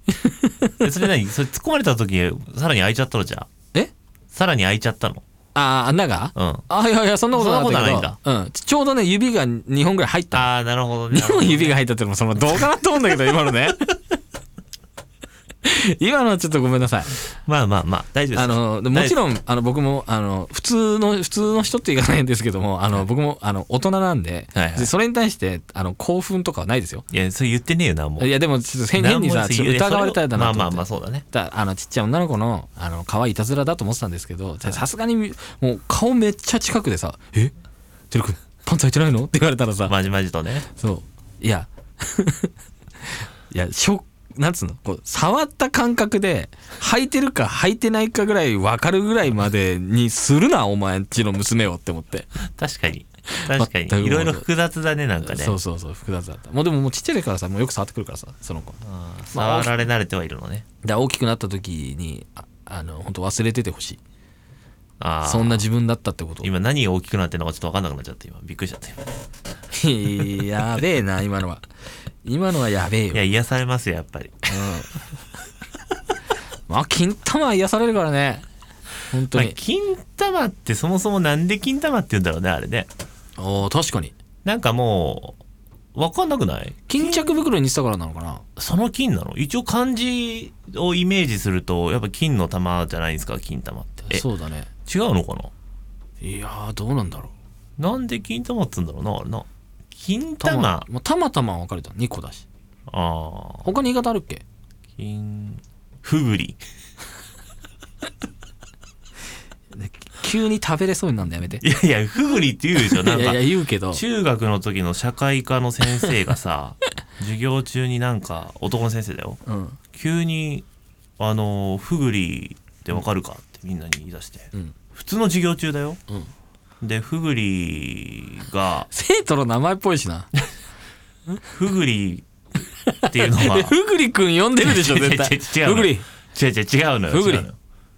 Speaker 3: えそれ何それ突っ込まれた時さらに開いちゃったのじゃあ
Speaker 1: え
Speaker 3: さらに開いちゃったの
Speaker 1: ああ穴が
Speaker 3: うんあ
Speaker 1: あいやいやそんなことなかったけ
Speaker 3: そ
Speaker 1: ど
Speaker 3: んなこ
Speaker 1: うん、ちょうどね指が2本ぐらい入ったの
Speaker 3: あーなるほどね
Speaker 1: 2本指が入ったってのもそのどうかなと思うんだけど今の ね今のはちょっとごめんなさい
Speaker 3: まあまあまあ大丈夫です
Speaker 1: あのでもちろんあの僕もあの普通の普通の人って言いかないんですけどもあの僕もあの大人なんで,、
Speaker 3: はいはい
Speaker 1: でそれに対してあの興奮とかはないですよ
Speaker 3: いやそれ言ってねえよなもう
Speaker 1: いやでもちょっと変変にさちょっと疑われたらだなと思って
Speaker 3: まあまあまあそうだね
Speaker 1: だあのちっちゃい女の子のあの可愛いいたずらだと思ってたんですけどさすがにもう顔めっちゃ近くでさ「えてるくんパンツ履いてないの?」って言われたらさ、
Speaker 3: まじまじとね
Speaker 1: そういや いやしょなんつうのこう触った感覚で履いてるか履いてないかぐらい分かるぐらいまでにするなお前んちの娘をって思って、
Speaker 3: 確かに確か
Speaker 1: 全く思わず
Speaker 3: にいろいろ複雑だねなんかね
Speaker 1: そうそうそう複雑だったもうでももうちっちゃい時からさもうよく触ってくるからさその子
Speaker 3: あー触られ慣れてはいるのね
Speaker 1: で大きくなった時にああの本当忘れててほしい
Speaker 3: ああ
Speaker 1: そんな自分だったってことを
Speaker 3: 今何が大きくなってるのかちょっと分かんなくなっちゃって今びっくりしちゃった今
Speaker 1: やべえな今のは今のはやべえよ
Speaker 3: いや癒されますよやっぱり
Speaker 1: まあ金玉は癒されるからね本当
Speaker 3: まあ
Speaker 1: に、
Speaker 3: 金玉ってそもそもなんで金玉って言うんだろうねあれね
Speaker 1: おー確かに
Speaker 3: なんかもう分かんなくない
Speaker 1: 巾着袋に似てたからなのかな
Speaker 3: その金なの一応漢字をイメージするとやっぱ金の玉じゃないですか金玉ってえ
Speaker 1: そうだね
Speaker 3: 違うのかない
Speaker 1: やーどうなんだろう
Speaker 3: なんで金玉っつうんだろうなあれな金玉
Speaker 1: まあ、たまたまは分かれた2個だし
Speaker 3: ああ
Speaker 1: 他に言い方あるっけ
Speaker 3: 金ふぶり
Speaker 1: 急に食べれそうになるのやめて
Speaker 3: いやいやふぶりって言うでしょなん
Speaker 1: いや
Speaker 3: か
Speaker 1: いや言うけど
Speaker 3: 中学の時の社会科の先生 がさ授業中になんか男の先生だよ
Speaker 1: うん
Speaker 3: 急に「あのふぐりってわかるか?」ってみんなに言い出して、
Speaker 1: ん
Speaker 3: 普通の授業中だよ、でふぐりが
Speaker 1: 生徒の名前っぽいしな
Speaker 3: ふぐりっていうの
Speaker 1: で
Speaker 3: は
Speaker 1: ふぐりくん呼んでるでしょ絶対
Speaker 3: 違う違う違
Speaker 1: ふ
Speaker 3: う
Speaker 1: ぐり
Speaker 3: 違う違う違うのよ
Speaker 1: ふぐり
Speaker 3: 違うのよ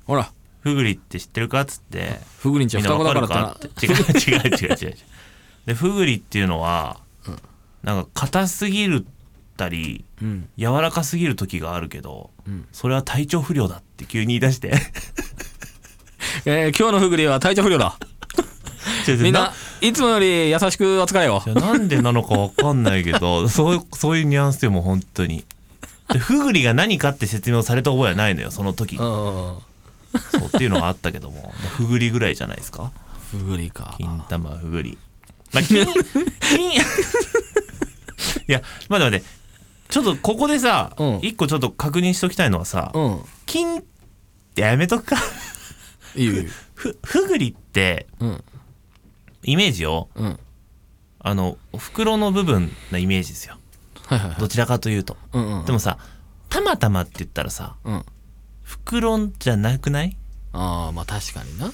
Speaker 1: ほら
Speaker 3: ふぐりって知ってるかっつって
Speaker 1: ふぐりんち
Speaker 3: み
Speaker 1: ゃ
Speaker 3: ん
Speaker 1: ん
Speaker 3: な
Speaker 1: 双子
Speaker 3: わ
Speaker 1: だ
Speaker 3: か
Speaker 1: か
Speaker 3: る
Speaker 1: らだ
Speaker 3: かって違う違う違う違う違うでふぐりっていうのは、なんか硬すぎるったり
Speaker 1: うん
Speaker 3: 柔らかすぎる時があるけど、
Speaker 1: ん
Speaker 3: それは体調不良だって急に言い出して
Speaker 1: えー今日のふぐりは体調不良だ
Speaker 3: 違う違う
Speaker 1: みんないつもより優しく扱えよ
Speaker 3: いやなんでなのかわかんないけ どそうそういうニュアンスでもう本当にでフグリが何かって説明をされた覚えはないのよその
Speaker 1: う
Speaker 3: 時
Speaker 1: ん
Speaker 3: そうっていうのがあったけどもフグリぐらいじゃないですか
Speaker 1: ふぐりか
Speaker 3: 金玉フグリ まあ金金いや待って待ってちょっとここでさ
Speaker 1: うん
Speaker 3: 一個ちょっと確認しときたいのはさ
Speaker 1: うん
Speaker 3: 金ってやめとくか
Speaker 1: いいよいいよ
Speaker 3: ふフグリって
Speaker 1: うん
Speaker 3: イメージを
Speaker 1: うん
Speaker 3: あのお袋の部分のイメージですよ
Speaker 1: はいはいはい
Speaker 3: どちらかというと
Speaker 1: うんうん
Speaker 3: でもさたまたまって言ったらさ
Speaker 1: うん
Speaker 3: 袋じゃなくない
Speaker 1: ああまあ確かにな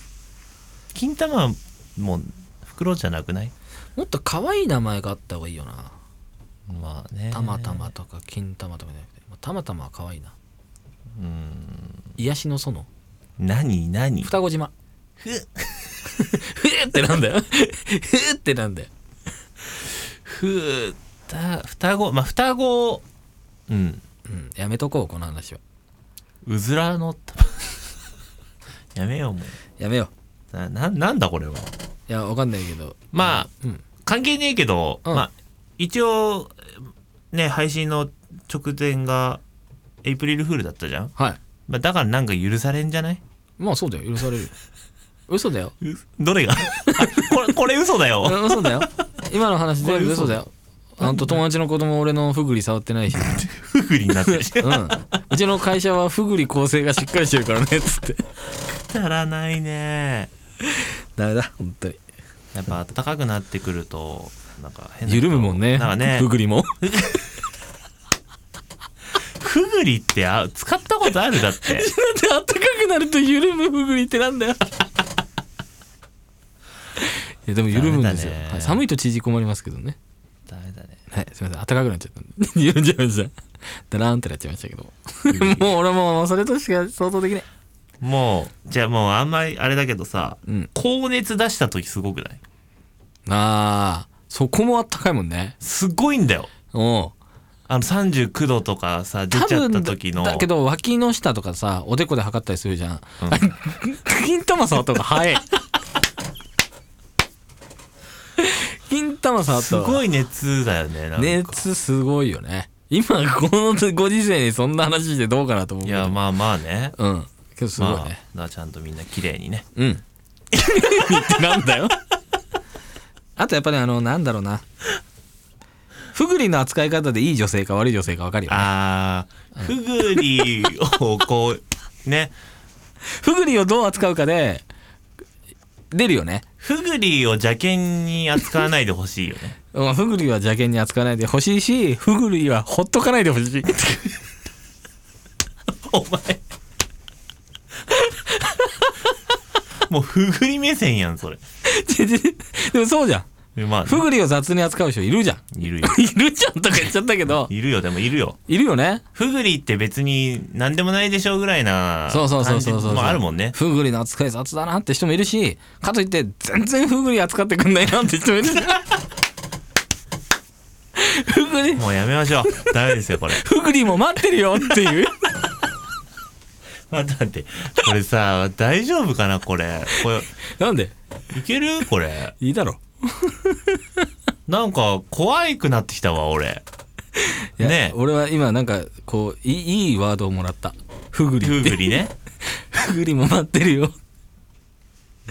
Speaker 3: 金玉も袋じゃなくない
Speaker 1: もっと可愛い名前があった方がいいよな
Speaker 3: まあね
Speaker 1: たまたまとか金玉とかじゃなくてまあたまたまは可愛いなうん癒しの園
Speaker 3: 何何
Speaker 1: 双子島
Speaker 3: ふっ
Speaker 1: ふえってなんだよふえってなんだよ
Speaker 3: ふた双子まあ双子うん
Speaker 1: うんやめとこうこの話は
Speaker 3: うずらの やめようも
Speaker 1: やめよ
Speaker 3: うなななんだこれは
Speaker 1: ういやわかんないけど
Speaker 3: まあ、
Speaker 1: うん
Speaker 3: 関係ねえけど、
Speaker 1: うん
Speaker 3: まあ一応ね配信の直前がエイプリルフールだったじゃん、
Speaker 1: はい
Speaker 3: まあ、だからなんか許されんじゃない
Speaker 1: まあそうだよ許され るよ嘘だよ
Speaker 3: う どれがあこれこれ嘘だ
Speaker 1: う
Speaker 3: よ
Speaker 1: ん嘘だよ今の話全部嘘だよ
Speaker 3: れ嘘だ
Speaker 1: あんと友達の子供俺のフグリ触ってない し、
Speaker 3: 夫婦になってるし
Speaker 1: うん、うちの会社はフグリ構成がしっかりしてるからねっつって
Speaker 3: 足らないね
Speaker 1: ダメだ本当に
Speaker 3: やっぱ暖かくなってくるとなんか変な
Speaker 1: 緩むもんね
Speaker 3: なんかね
Speaker 1: フグリ も
Speaker 3: フグリってあ使ったことあるだ
Speaker 1: だ
Speaker 3: って
Speaker 1: って暖かくなると緩むフグリってなん だよいやでも緩むんですよ、
Speaker 3: ダメだね
Speaker 1: はい寒いと縮こまりますけどね
Speaker 3: ダメだね
Speaker 1: はいすみません暖かくなっちゃったんで緩んじゃいましたダラーンってなっちゃいましたけど もう俺もうそれとしか想像できない
Speaker 3: もうじゃあもうあんまりあれだけどさ、
Speaker 1: うん
Speaker 3: 高熱出した時すごくない
Speaker 1: あーそこもあったかいもんね
Speaker 3: すごいんだよ
Speaker 1: おう
Speaker 3: あの39度とかさ出
Speaker 1: 多
Speaker 3: ちゃっ
Speaker 1: 分
Speaker 3: た
Speaker 1: だ
Speaker 3: 時の
Speaker 1: だけど脇の下とかさおでこで測ったりするじゃん、金玉触った方が早 い金玉触っ
Speaker 3: す
Speaker 1: た方
Speaker 3: ご
Speaker 1: が
Speaker 3: い熱だよねなんか
Speaker 1: 熱すごいよね今このご時世にそんな話してどうかなと思う
Speaker 3: い
Speaker 1: けど
Speaker 3: やまあまあね
Speaker 1: うんけどすごい
Speaker 3: まあだ
Speaker 1: ね
Speaker 3: か、らちゃんとみんな綺麗にね
Speaker 1: うんなんだよあとやっぱりあのなんだろうなフグリの扱い方でいい女性か悪い女性か分かるよね
Speaker 3: あーフグリをこうね
Speaker 1: フグリをどう扱うかで出るよね
Speaker 3: フグリを邪険に扱わないでほしいよね
Speaker 1: うんフグリは邪険に扱わないでほしいしフグリはほっとかないでほしい
Speaker 3: お前もうフグリ目線やんそれ
Speaker 1: ちちでもそうじゃん
Speaker 3: まあね、
Speaker 1: フグリを雑に扱う人いるじゃん
Speaker 3: いるよ
Speaker 1: いるじゃんとか言っちゃったけど
Speaker 3: いるよでもいるよ
Speaker 1: いるよね
Speaker 3: フグリって別に何でもないでしょうぐらいな
Speaker 1: そうそうそうそう
Speaker 3: 感じ
Speaker 1: そう
Speaker 3: もあるもんね
Speaker 1: フグリの扱い雑だなって人もいるしかといって全然フグリ扱ってくんないなって人もいる じゃんフグリ
Speaker 3: もうやめましょう ダメですよこれ
Speaker 1: フグリも待ってるよって いう
Speaker 3: 待って待ってこれさ大丈夫かなこれこれ
Speaker 1: なんで
Speaker 3: いけるこれ
Speaker 1: いいだろ
Speaker 3: なんか怖いくなってきたわ俺
Speaker 1: いや
Speaker 3: ねえ
Speaker 1: 俺は今なんかこういいいいワードをもらったフグリ
Speaker 3: フ
Speaker 1: って
Speaker 3: グリね
Speaker 1: フグリも待ってるよ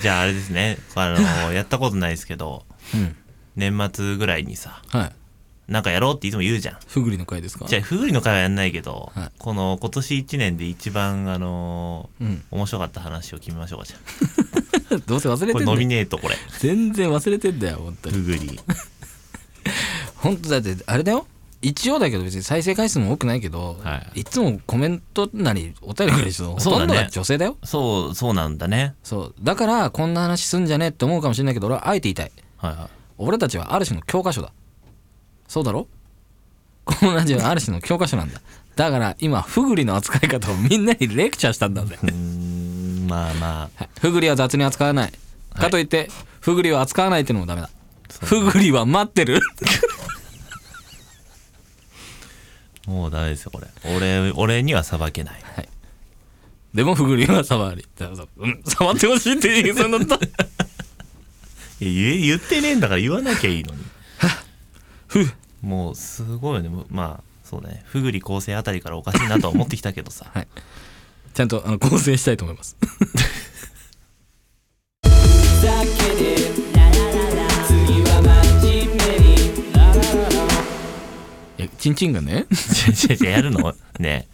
Speaker 3: じゃああれですねあのやったことないですけど
Speaker 1: うん
Speaker 3: 年末ぐらいにさ
Speaker 1: はい
Speaker 3: なんかやろうっていつも言うじゃん
Speaker 1: フグリの回ですか
Speaker 3: じゃあフグリの会はやんないけど、
Speaker 1: はい
Speaker 3: この今年1年で一番あのー
Speaker 1: うん
Speaker 3: 面白かった話を決めましょうかじゃ あ
Speaker 1: どうせ忘れてん
Speaker 3: これ
Speaker 1: だ
Speaker 3: ノミ
Speaker 1: よ
Speaker 3: ネートこれ
Speaker 1: 全然忘れてんだよ本当に
Speaker 3: フグリ
Speaker 1: 本当だってあれだよ一応だけど別に再生回数も多くないけど、、
Speaker 3: はい
Speaker 1: つもコメントなりお便りくらいしょほ
Speaker 3: そう
Speaker 1: と
Speaker 3: だね
Speaker 1: んどが女性だよ
Speaker 3: そうそうなんだね
Speaker 1: そうだからこんな話すんじゃねえって思うかもしれないけど俺はあえて言いたい
Speaker 3: はいはい
Speaker 1: 俺たちはある種の教科書だそうだろこのラジオはある種の教科書なんだだから今フグリの扱い方をみんなにレクチャーしたんだぜ
Speaker 3: うーんまあま
Speaker 1: は
Speaker 3: あ
Speaker 1: いフグリは雑に扱わない。かといって、フグリは扱わないってのもダメだ。フグリは待ってる
Speaker 3: もうダメですよこれ俺俺にはさばけない
Speaker 1: でもフグリは触り。だからそううん、触ってほしいって言うそうに なった。
Speaker 3: いや言え言ってねえんだから言わなきゃいいのに
Speaker 1: ふ
Speaker 3: もうすごいよねもうまあそうねふぐり構成あたりからおかしいなとは思ってきたけ どさ
Speaker 1: はい。ちゃんとあの構成したいと思い ます。
Speaker 2: ふざけて次は真面目に
Speaker 1: え、チンチンがね、
Speaker 3: じゃじゃやるのね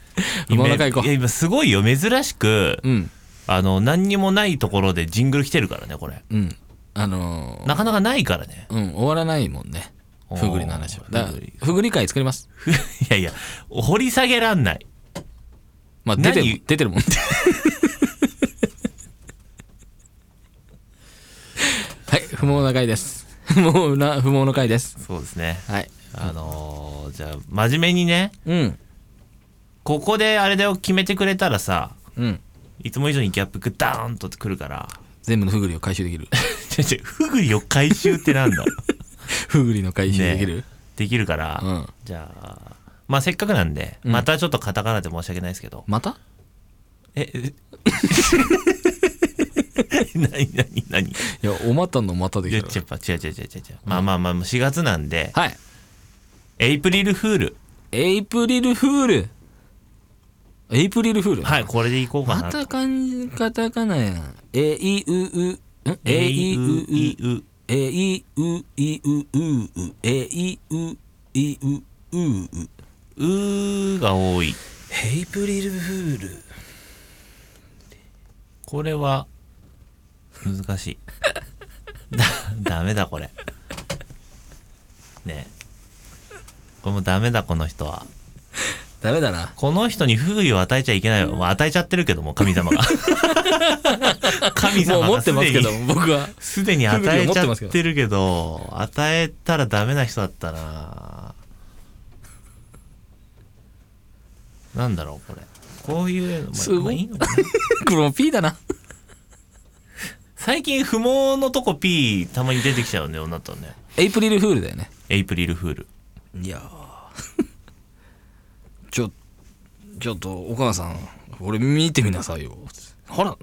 Speaker 3: 今
Speaker 1: もうお腹いこう
Speaker 3: や今すごいよ珍しく、
Speaker 1: うん、
Speaker 3: あの何にもないところでジングル来てるからねこれ
Speaker 1: うん、あのー
Speaker 3: なかなかないか らね
Speaker 1: うん、終わらないもんね。フグリの話は。だか
Speaker 3: フ
Speaker 1: ら
Speaker 3: グリ、
Speaker 1: フグリ会作ります。
Speaker 3: ふいやいや掘り下げらんない
Speaker 1: まあ出て
Speaker 3: 何
Speaker 1: る出てる もんねはい不毛な回です 不毛な不毛の回です
Speaker 3: そうですね
Speaker 1: はい
Speaker 3: あのー、じゃあ真面目にね
Speaker 1: うん
Speaker 3: ここであれだよ決めてくれたらさ
Speaker 1: うん
Speaker 3: いつも以上にギャップがダーンとくるから
Speaker 1: 全部のふぐりを回収できる
Speaker 3: ちょちょふぐりを回収ってなん だ
Speaker 1: ふぐりの回収できる、
Speaker 3: ねできるから、
Speaker 1: うん
Speaker 3: じゃあまあせっかくなんで、
Speaker 1: うん
Speaker 3: またちょっとカタカナで申し訳ないですけど
Speaker 1: また
Speaker 3: え え 何何何
Speaker 1: いやおまたのまたで
Speaker 3: いや
Speaker 1: き
Speaker 3: 違う
Speaker 1: る
Speaker 3: 違う違う違う違う違うまあまあまあ4月なんで、
Speaker 1: はい
Speaker 3: エイプリルフール
Speaker 1: エイプリルフールエイプリルフール
Speaker 3: はいこれでいこうか
Speaker 1: ま
Speaker 3: な
Speaker 1: た
Speaker 3: と
Speaker 1: かんカタカナやんえいううんえいうう
Speaker 3: う
Speaker 1: えいういうううえいういううう
Speaker 3: うーが多い
Speaker 1: ヘイプリルフール
Speaker 3: これは難 しいだダメだこれねえこれもうダメだこの人は
Speaker 1: ダメだな
Speaker 3: この人に不義を与えちゃいけないよ、まあ、与えちゃってるけども神 様が神
Speaker 1: もう持っ
Speaker 3: 様がす
Speaker 1: てます
Speaker 3: で
Speaker 1: けど
Speaker 3: に
Speaker 1: 僕は
Speaker 3: すでに与えちゃってるけど与えたらダメな人だったななんだろうこれこういうのまあ
Speaker 1: すごい
Speaker 3: まあいいのかな
Speaker 1: これもう P だな
Speaker 3: 最近不毛のとこ P たまに出てきちゃうね女とね
Speaker 1: エイプリルフールだよね
Speaker 3: エイプリルフール
Speaker 1: いや ちょちょっとお母さん俺見てみなさいよあら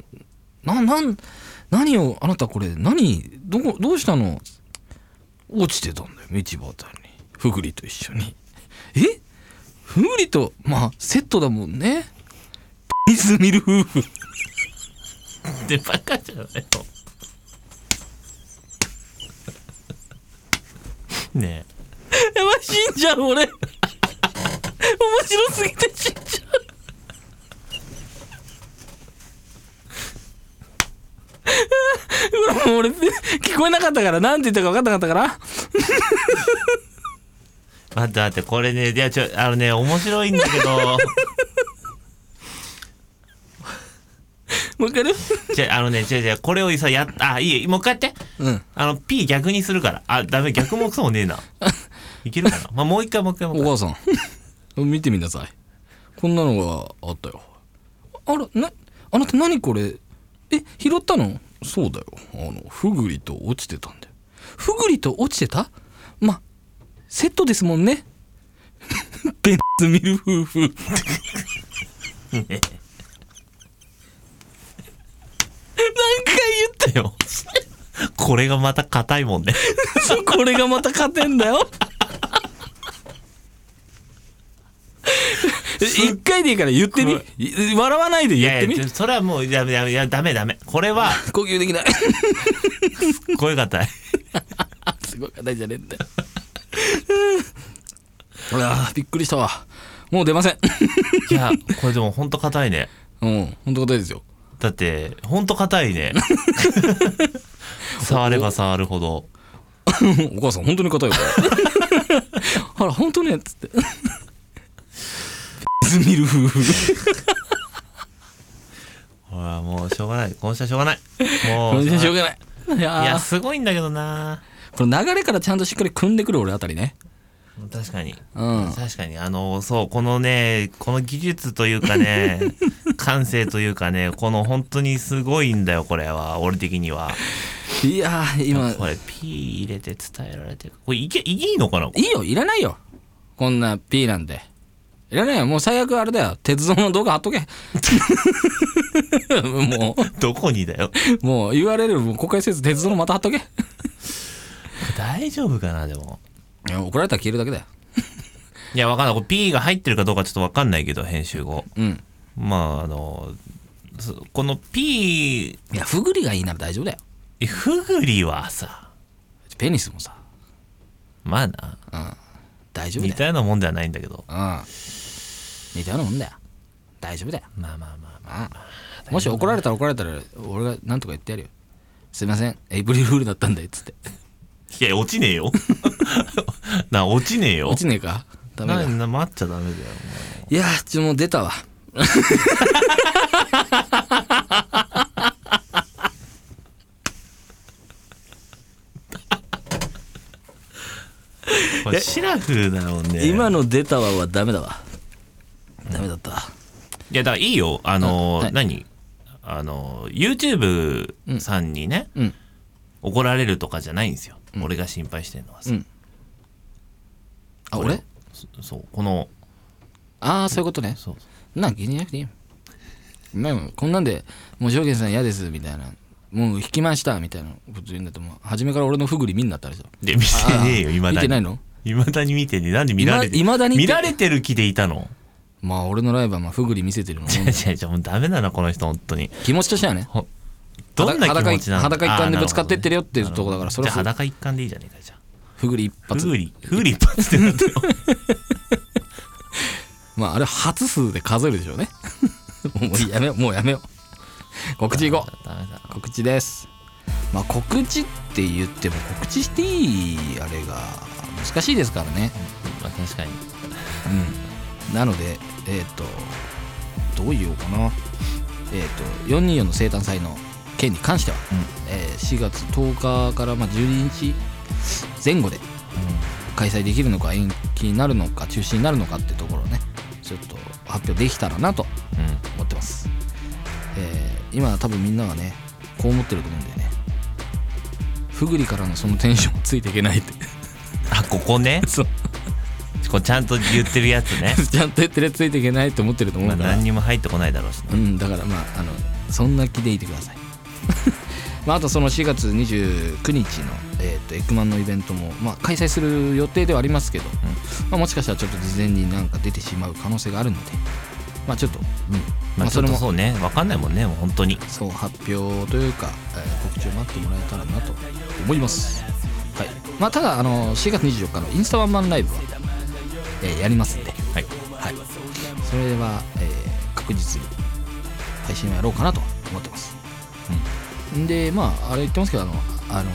Speaker 1: ななん何をあなたこれ何どこどうしたの落ちてたんだよ道端にふぐりと一緒にえふぐりとまあセットだもんね ピスミル夫婦
Speaker 3: でバカじゃないの ね
Speaker 1: やばい死んじゃう俺面白すぎて死んじゃうほらもう俺聞こえなかったからなんて言ったか分かんなかったから
Speaker 3: え待って待ってこれねいやちょあのね面白いんだけ ど
Speaker 1: もう一回やる
Speaker 3: じゃあのね違う違うこれをさやっあいいよもう一回やって
Speaker 1: うん
Speaker 3: あの P 逆にするからあダメ逆もクソもね えないけるかなまあもう一回もう一回もう一
Speaker 1: お
Speaker 3: 回
Speaker 1: 母さん 見てみなさいこんなのがあったよあらなあなた何これえ拾ったのそうだよあのふぐりと落ちてたんだよふぐりと落ちてたまあセットですもんね ベンツミル夫婦
Speaker 3: ねえ何回言ったよ これがまた硬いも んね
Speaker 1: そうこれがまた勝てんだ よえ一回でいいから言ってみい笑わないで
Speaker 3: い
Speaker 1: 言っ
Speaker 3: や
Speaker 1: て
Speaker 3: い
Speaker 1: み
Speaker 3: やちょそれはもういやいやいやダメダメこれは
Speaker 1: 呼吸できない
Speaker 3: 声が硬い
Speaker 1: すごい硬いじゃねえ んだようん俺はびっくりしたわもう出ません
Speaker 3: いやこれでもほんと硬いね
Speaker 1: うん本当硬いですよ
Speaker 3: だってほんと硬いね触れば触るほど
Speaker 1: お母さん本当に硬いよこれ あら本当ねっつって ズミル夫婦
Speaker 3: ほらもうしょうがない今週はしょうがない
Speaker 1: こ
Speaker 3: もう
Speaker 1: れじゃしょうがないいや
Speaker 3: い
Speaker 1: ー
Speaker 3: やすごいんだけどな
Speaker 1: この流れからちゃんとしっかり組んでくる俺あたりね
Speaker 3: 確かに
Speaker 1: うん
Speaker 3: 確かにあのそうこのねこの技術というか ね感性というかねこの本当にすごいんだよこれは俺的にはい
Speaker 1: やー今
Speaker 3: これ P 入れて伝えられてるこれいけいいのかない
Speaker 1: いよいらないよこんな P なんていらないよもう最悪あれだよ鉄道の動画貼っとけ も
Speaker 3: どこにだよ
Speaker 1: うもう URL も公開せず鉄道のまた貼っとけい
Speaker 3: 大丈夫かなでも
Speaker 1: や怒られたら消えるだけだよ
Speaker 3: いやわかんないこれ P が入ってるかどうかちょっとわかんないけど編集後
Speaker 1: うん
Speaker 3: まああのそこの P
Speaker 1: いやふぐりがいいなら大丈夫だよ
Speaker 3: ふぐりはさ
Speaker 1: ペニスもさ
Speaker 3: まあな
Speaker 1: 大丈夫
Speaker 3: 似
Speaker 1: だよ
Speaker 3: たようなもんではないんだけど
Speaker 1: うん似たようなもんだよ大丈夫だよ
Speaker 3: まあまあまあまあ
Speaker 1: ああもし怒られたら怒られたら俺が何とか言ってやるよすいませんエイプリルフールだったんでっつって
Speaker 3: いや落ちねえよ な落ちねえよ
Speaker 1: 落ちねえかダメだ
Speaker 3: なな待っちゃダメだよ
Speaker 1: いやーちょもう出たわ
Speaker 3: これシラフだもんね
Speaker 4: 今の出たわはダメだわダメだった
Speaker 3: いやだからいいよあのー
Speaker 1: はい
Speaker 3: 何あのー YouTube さんにね、
Speaker 1: うん
Speaker 3: 怒られるとかじゃないんですよ、俺が心配してるのはさ、
Speaker 1: うんあ
Speaker 3: これ
Speaker 1: 俺
Speaker 3: そそうこの
Speaker 1: ああそういうことね
Speaker 3: そう
Speaker 1: な気にしなくていいよでもこんなんでもう上下さん嫌ですみたいなもう引きましたみたいなこと言うんだともう初めから俺のフグリ見んなったらさ
Speaker 3: で見てねえよいま
Speaker 1: 見
Speaker 3: だ
Speaker 1: てない
Speaker 3: に
Speaker 1: の
Speaker 3: いまだに見てねえなんで見られて
Speaker 1: いまだにって
Speaker 3: 見られてる気でいたの
Speaker 1: まあ俺のライブはまあフグリ見せてる のもんだ
Speaker 3: 違う違うもうダメだなこの人本当に
Speaker 1: 気持ちとしてはね
Speaker 3: どんな気持ちなの
Speaker 1: 裸一裸一貫でぶつかってってるよっていうとこだからそれ
Speaker 3: じ
Speaker 1: は
Speaker 3: ゃあ裸一貫でいいじゃねえかじゃあ
Speaker 1: フグリ一
Speaker 3: フ
Speaker 1: 発
Speaker 3: ーリフーリ一発ってなってる
Speaker 1: まああれは初数で数えるでしょうね もうやめようもうやめよう告知いこう
Speaker 3: ダメだ
Speaker 1: 告知ですまあ告知って言っても告知していいあれが難しいですからね
Speaker 3: まあ確かに
Speaker 1: うんなのでえっ、とどう言おうかなえっ、と424の生誕祭の件に関しては、えー4月10日からまあ12日前後で開催できるのか延期になるのか中止になるのかってところをねちょっと発表できたらなと
Speaker 3: うん、うん
Speaker 1: 思ってます、えー今多分みんながねこう思ってると思うんだよねふぐりからのそのテンションついていけないって
Speaker 3: あここね
Speaker 1: そう
Speaker 3: こうちゃんと言ってるやつ ね
Speaker 1: ちゃんとやってるやつついていけないって思ってると思う
Speaker 3: まあ
Speaker 1: から、
Speaker 3: 何にも入ってこないだろうしね
Speaker 1: うんだからまああのそんな気でいてください まああとその4月29日の、えー、とエッグマンのイベントも、まあ、開催する予定ではありますけど、まあ、もしかしたらちょっと事前になんか出てしまう可能性があるのでまあちょっと、うん
Speaker 3: まあち
Speaker 1: そ
Speaker 3: ょっ
Speaker 1: れ
Speaker 3: と
Speaker 1: も
Speaker 3: そうね分かんないもんねもう本当に
Speaker 1: そう発表というか、えー告知を待ってもらえたらなと思います、はいまあ、ただあの4月24日のインスタワンマンライブは、えーやりますんで、
Speaker 3: はい
Speaker 1: はい、それは、えー確実に配信をやろうかなと思ってます、うん、でまああれ言ってますけどあの、あの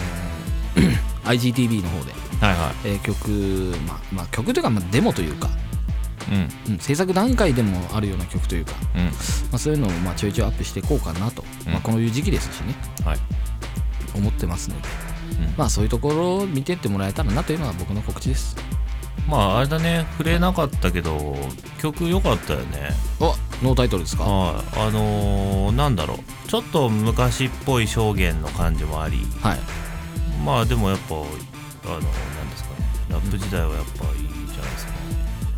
Speaker 1: IGTV の方で、
Speaker 3: はいは
Speaker 1: えー曲、まあまあ、曲というか、まあ、デモというか、
Speaker 3: いうん
Speaker 1: うん、制作段階でもあるような曲というか、
Speaker 3: うん
Speaker 1: まあ、そういうのをまあちょいちょいアップしていこうかなと、
Speaker 3: うん
Speaker 1: まあ、こういう時期ですしね
Speaker 3: はい
Speaker 1: 思ってますので、
Speaker 3: うん
Speaker 1: まあそういうところを見てってもらえたらなというのが僕の告知です
Speaker 3: まああれだね触れなかったけど曲良かったよね
Speaker 1: あノータイトルですかは
Speaker 3: はいあのー、なんだろうちょっと昔っぽい証言の感じもあり
Speaker 1: い
Speaker 3: まあでもやっぱあのなんですかねラップ時代はやっぱいいじゃないですか、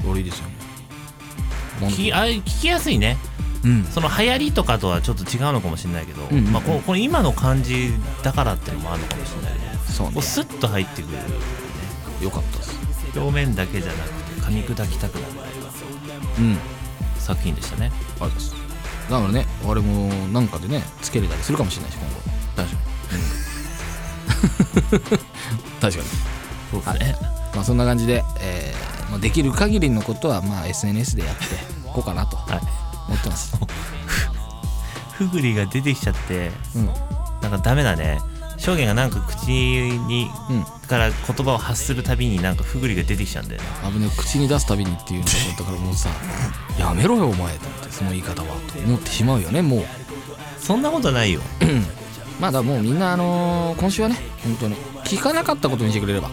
Speaker 1: 俺いいですよねボンド
Speaker 3: 聞きあ聞きやすいね
Speaker 1: うん
Speaker 3: その流行りとかとはちょっと違うのかもしれないけど、
Speaker 1: んうん
Speaker 3: まあ、ここれ今の感じだからってのもあるのかもしれないね
Speaker 1: そうね
Speaker 3: こうスッと入ってくる
Speaker 1: よかったです
Speaker 3: 表面だけじゃなくて噛み砕きたくなる
Speaker 1: うん
Speaker 3: 作品でしたね
Speaker 1: ありますだからねあれもなんかでねつけれたりするかもしれないし今後
Speaker 3: 確かに
Speaker 1: 確かに
Speaker 3: そうですね
Speaker 1: まあそんな感じで、えーまあ、できる限りのことはまあ SNS でやっていこうかなと
Speaker 3: はい
Speaker 1: 思って ます、
Speaker 3: ふぐりが出てきちゃって
Speaker 1: うん
Speaker 3: なんかダメだね証言がなんか口に、
Speaker 1: うん
Speaker 3: から言葉を発するたびになんかふぐりが出てきちゃうんだよね
Speaker 1: 危ねえ口に出すたびにっていうんだったからもうさ「やめろよお前」と思ってその言い方はと思ってしまうよねもう
Speaker 3: そんなこと ないよ
Speaker 1: まあだからもうみんなあのー今週はね本当に聞かなかったことにしてくれれば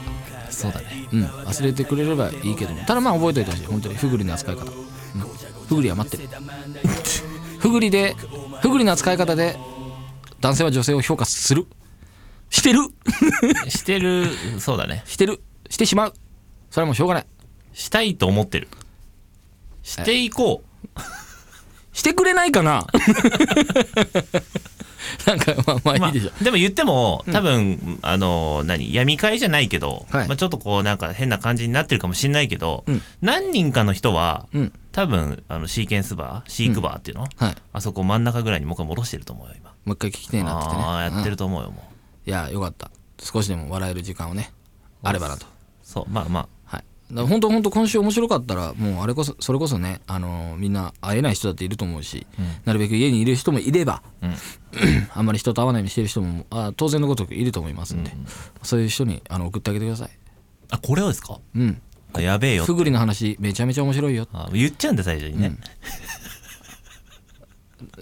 Speaker 3: そうだね
Speaker 1: うん忘れてくれればいいけどもただまあ覚えておいてほしい本当にフグリの扱い方、うん、フグリは待ってるフグリでフグリの扱い方で男性は女性を評価するしてる
Speaker 3: してるそうだね
Speaker 1: してるしてしまうそれはもうしょうがない
Speaker 3: したいと思ってるしていこう
Speaker 1: してくれないかな なんかまあまあいいでしょ、
Speaker 3: まあ、でも言っても多分、あの何闇会じゃないけど、
Speaker 1: はい
Speaker 3: まあ、ちょっとこうなんか変な感じになってるかもしれないけど、
Speaker 1: うん
Speaker 3: 何人かの人は、
Speaker 1: うん
Speaker 3: 多分あのシーケンスバーシークバーっていうの、
Speaker 1: はい
Speaker 3: あそこ真ん中ぐらいにもう一回戻してると思うよ今
Speaker 1: もう一回聞きたいなってね
Speaker 3: ああやって
Speaker 1: う
Speaker 3: る
Speaker 1: ん
Speaker 3: と思うよもう
Speaker 1: いやよかった少しでも笑える時間をねあればなと
Speaker 3: そうまあま
Speaker 1: はいだから本当本当今週面白かったらもうあれこそそれこそね、あのーみんな会えない人だっていると思うし、なるべく家にいる人もいれば、
Speaker 3: あうん
Speaker 1: あんまり人と会わないようにしてる人もあ当然のごとくいると思いますんで、そういう人にあの送ってあげてください
Speaker 3: あこれをですか
Speaker 1: うん
Speaker 3: あやべえよ
Speaker 1: ふぐりの話めちゃめちゃ面白いよ
Speaker 3: あ言っちゃうんだ最初にね、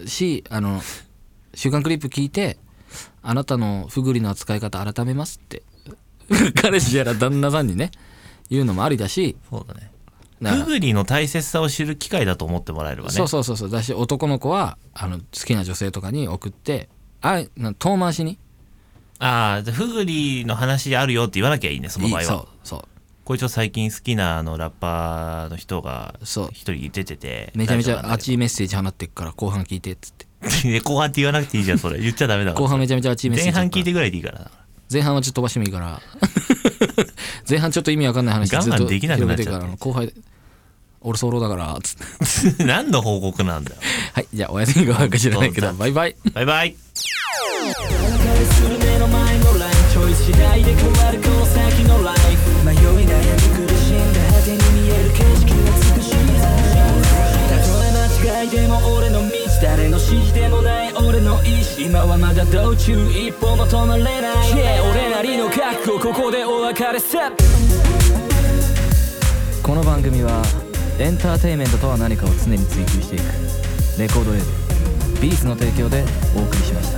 Speaker 1: しあの「週刊クリップ」聞いて「あなたのフグリの扱い方改めます」って 彼氏やら旦那さんにね言うのもありだし
Speaker 3: そうだね
Speaker 1: だから
Speaker 3: ふぐりの大切さを知る機会だと思ってもらえればね
Speaker 1: そうそうそうそうだし男の子はあの好きな女性とかに送ってあな遠回しに
Speaker 3: ああじゃあふぐりの話あるよって言わなきゃいいねその場合
Speaker 1: いい
Speaker 3: は
Speaker 1: そうそ
Speaker 3: こいつは最近好きなあのラッパーの人が
Speaker 1: そう
Speaker 3: 一人出てて
Speaker 1: うめちゃめち
Speaker 3: ラジオ
Speaker 1: ゃ
Speaker 3: なんだ
Speaker 1: 熱いメッセージ放ってっから後半聞いてっつって
Speaker 3: けどね後半って言わなくていいじゃんそれ言っちゃダメだわ
Speaker 1: 後半めちゃめちゃ熱いメッセージ
Speaker 3: 前
Speaker 1: だ
Speaker 3: 半
Speaker 1: った
Speaker 3: 聞いてぐらいでいいからな
Speaker 1: 前半はちょっと飛ばしてもいいから 前半ちょっと意味わかんない話
Speaker 3: 我慢
Speaker 1: ずっと
Speaker 3: できなくなっちゃって
Speaker 1: 広げから後輩俺早漏だからつって
Speaker 3: 何の報告なんだよ
Speaker 1: はいじゃあおやすみがわか知らないけどバイバイ
Speaker 3: バイバイ
Speaker 2: する目の前のラインチョイス次第で変わるこの先のライフ迷い悩み苦しんだ果てに見える景色は美しいたとえ間違いでも俺の道誰の指示でもない俺の意志今はまだ道中一歩も止まれない Yeah 俺なりの覚悟ここでお別れセッ
Speaker 5: この番組はエンターテインメントとは何かを常に追求していくレコードレーベルビーズの提供でお送りしました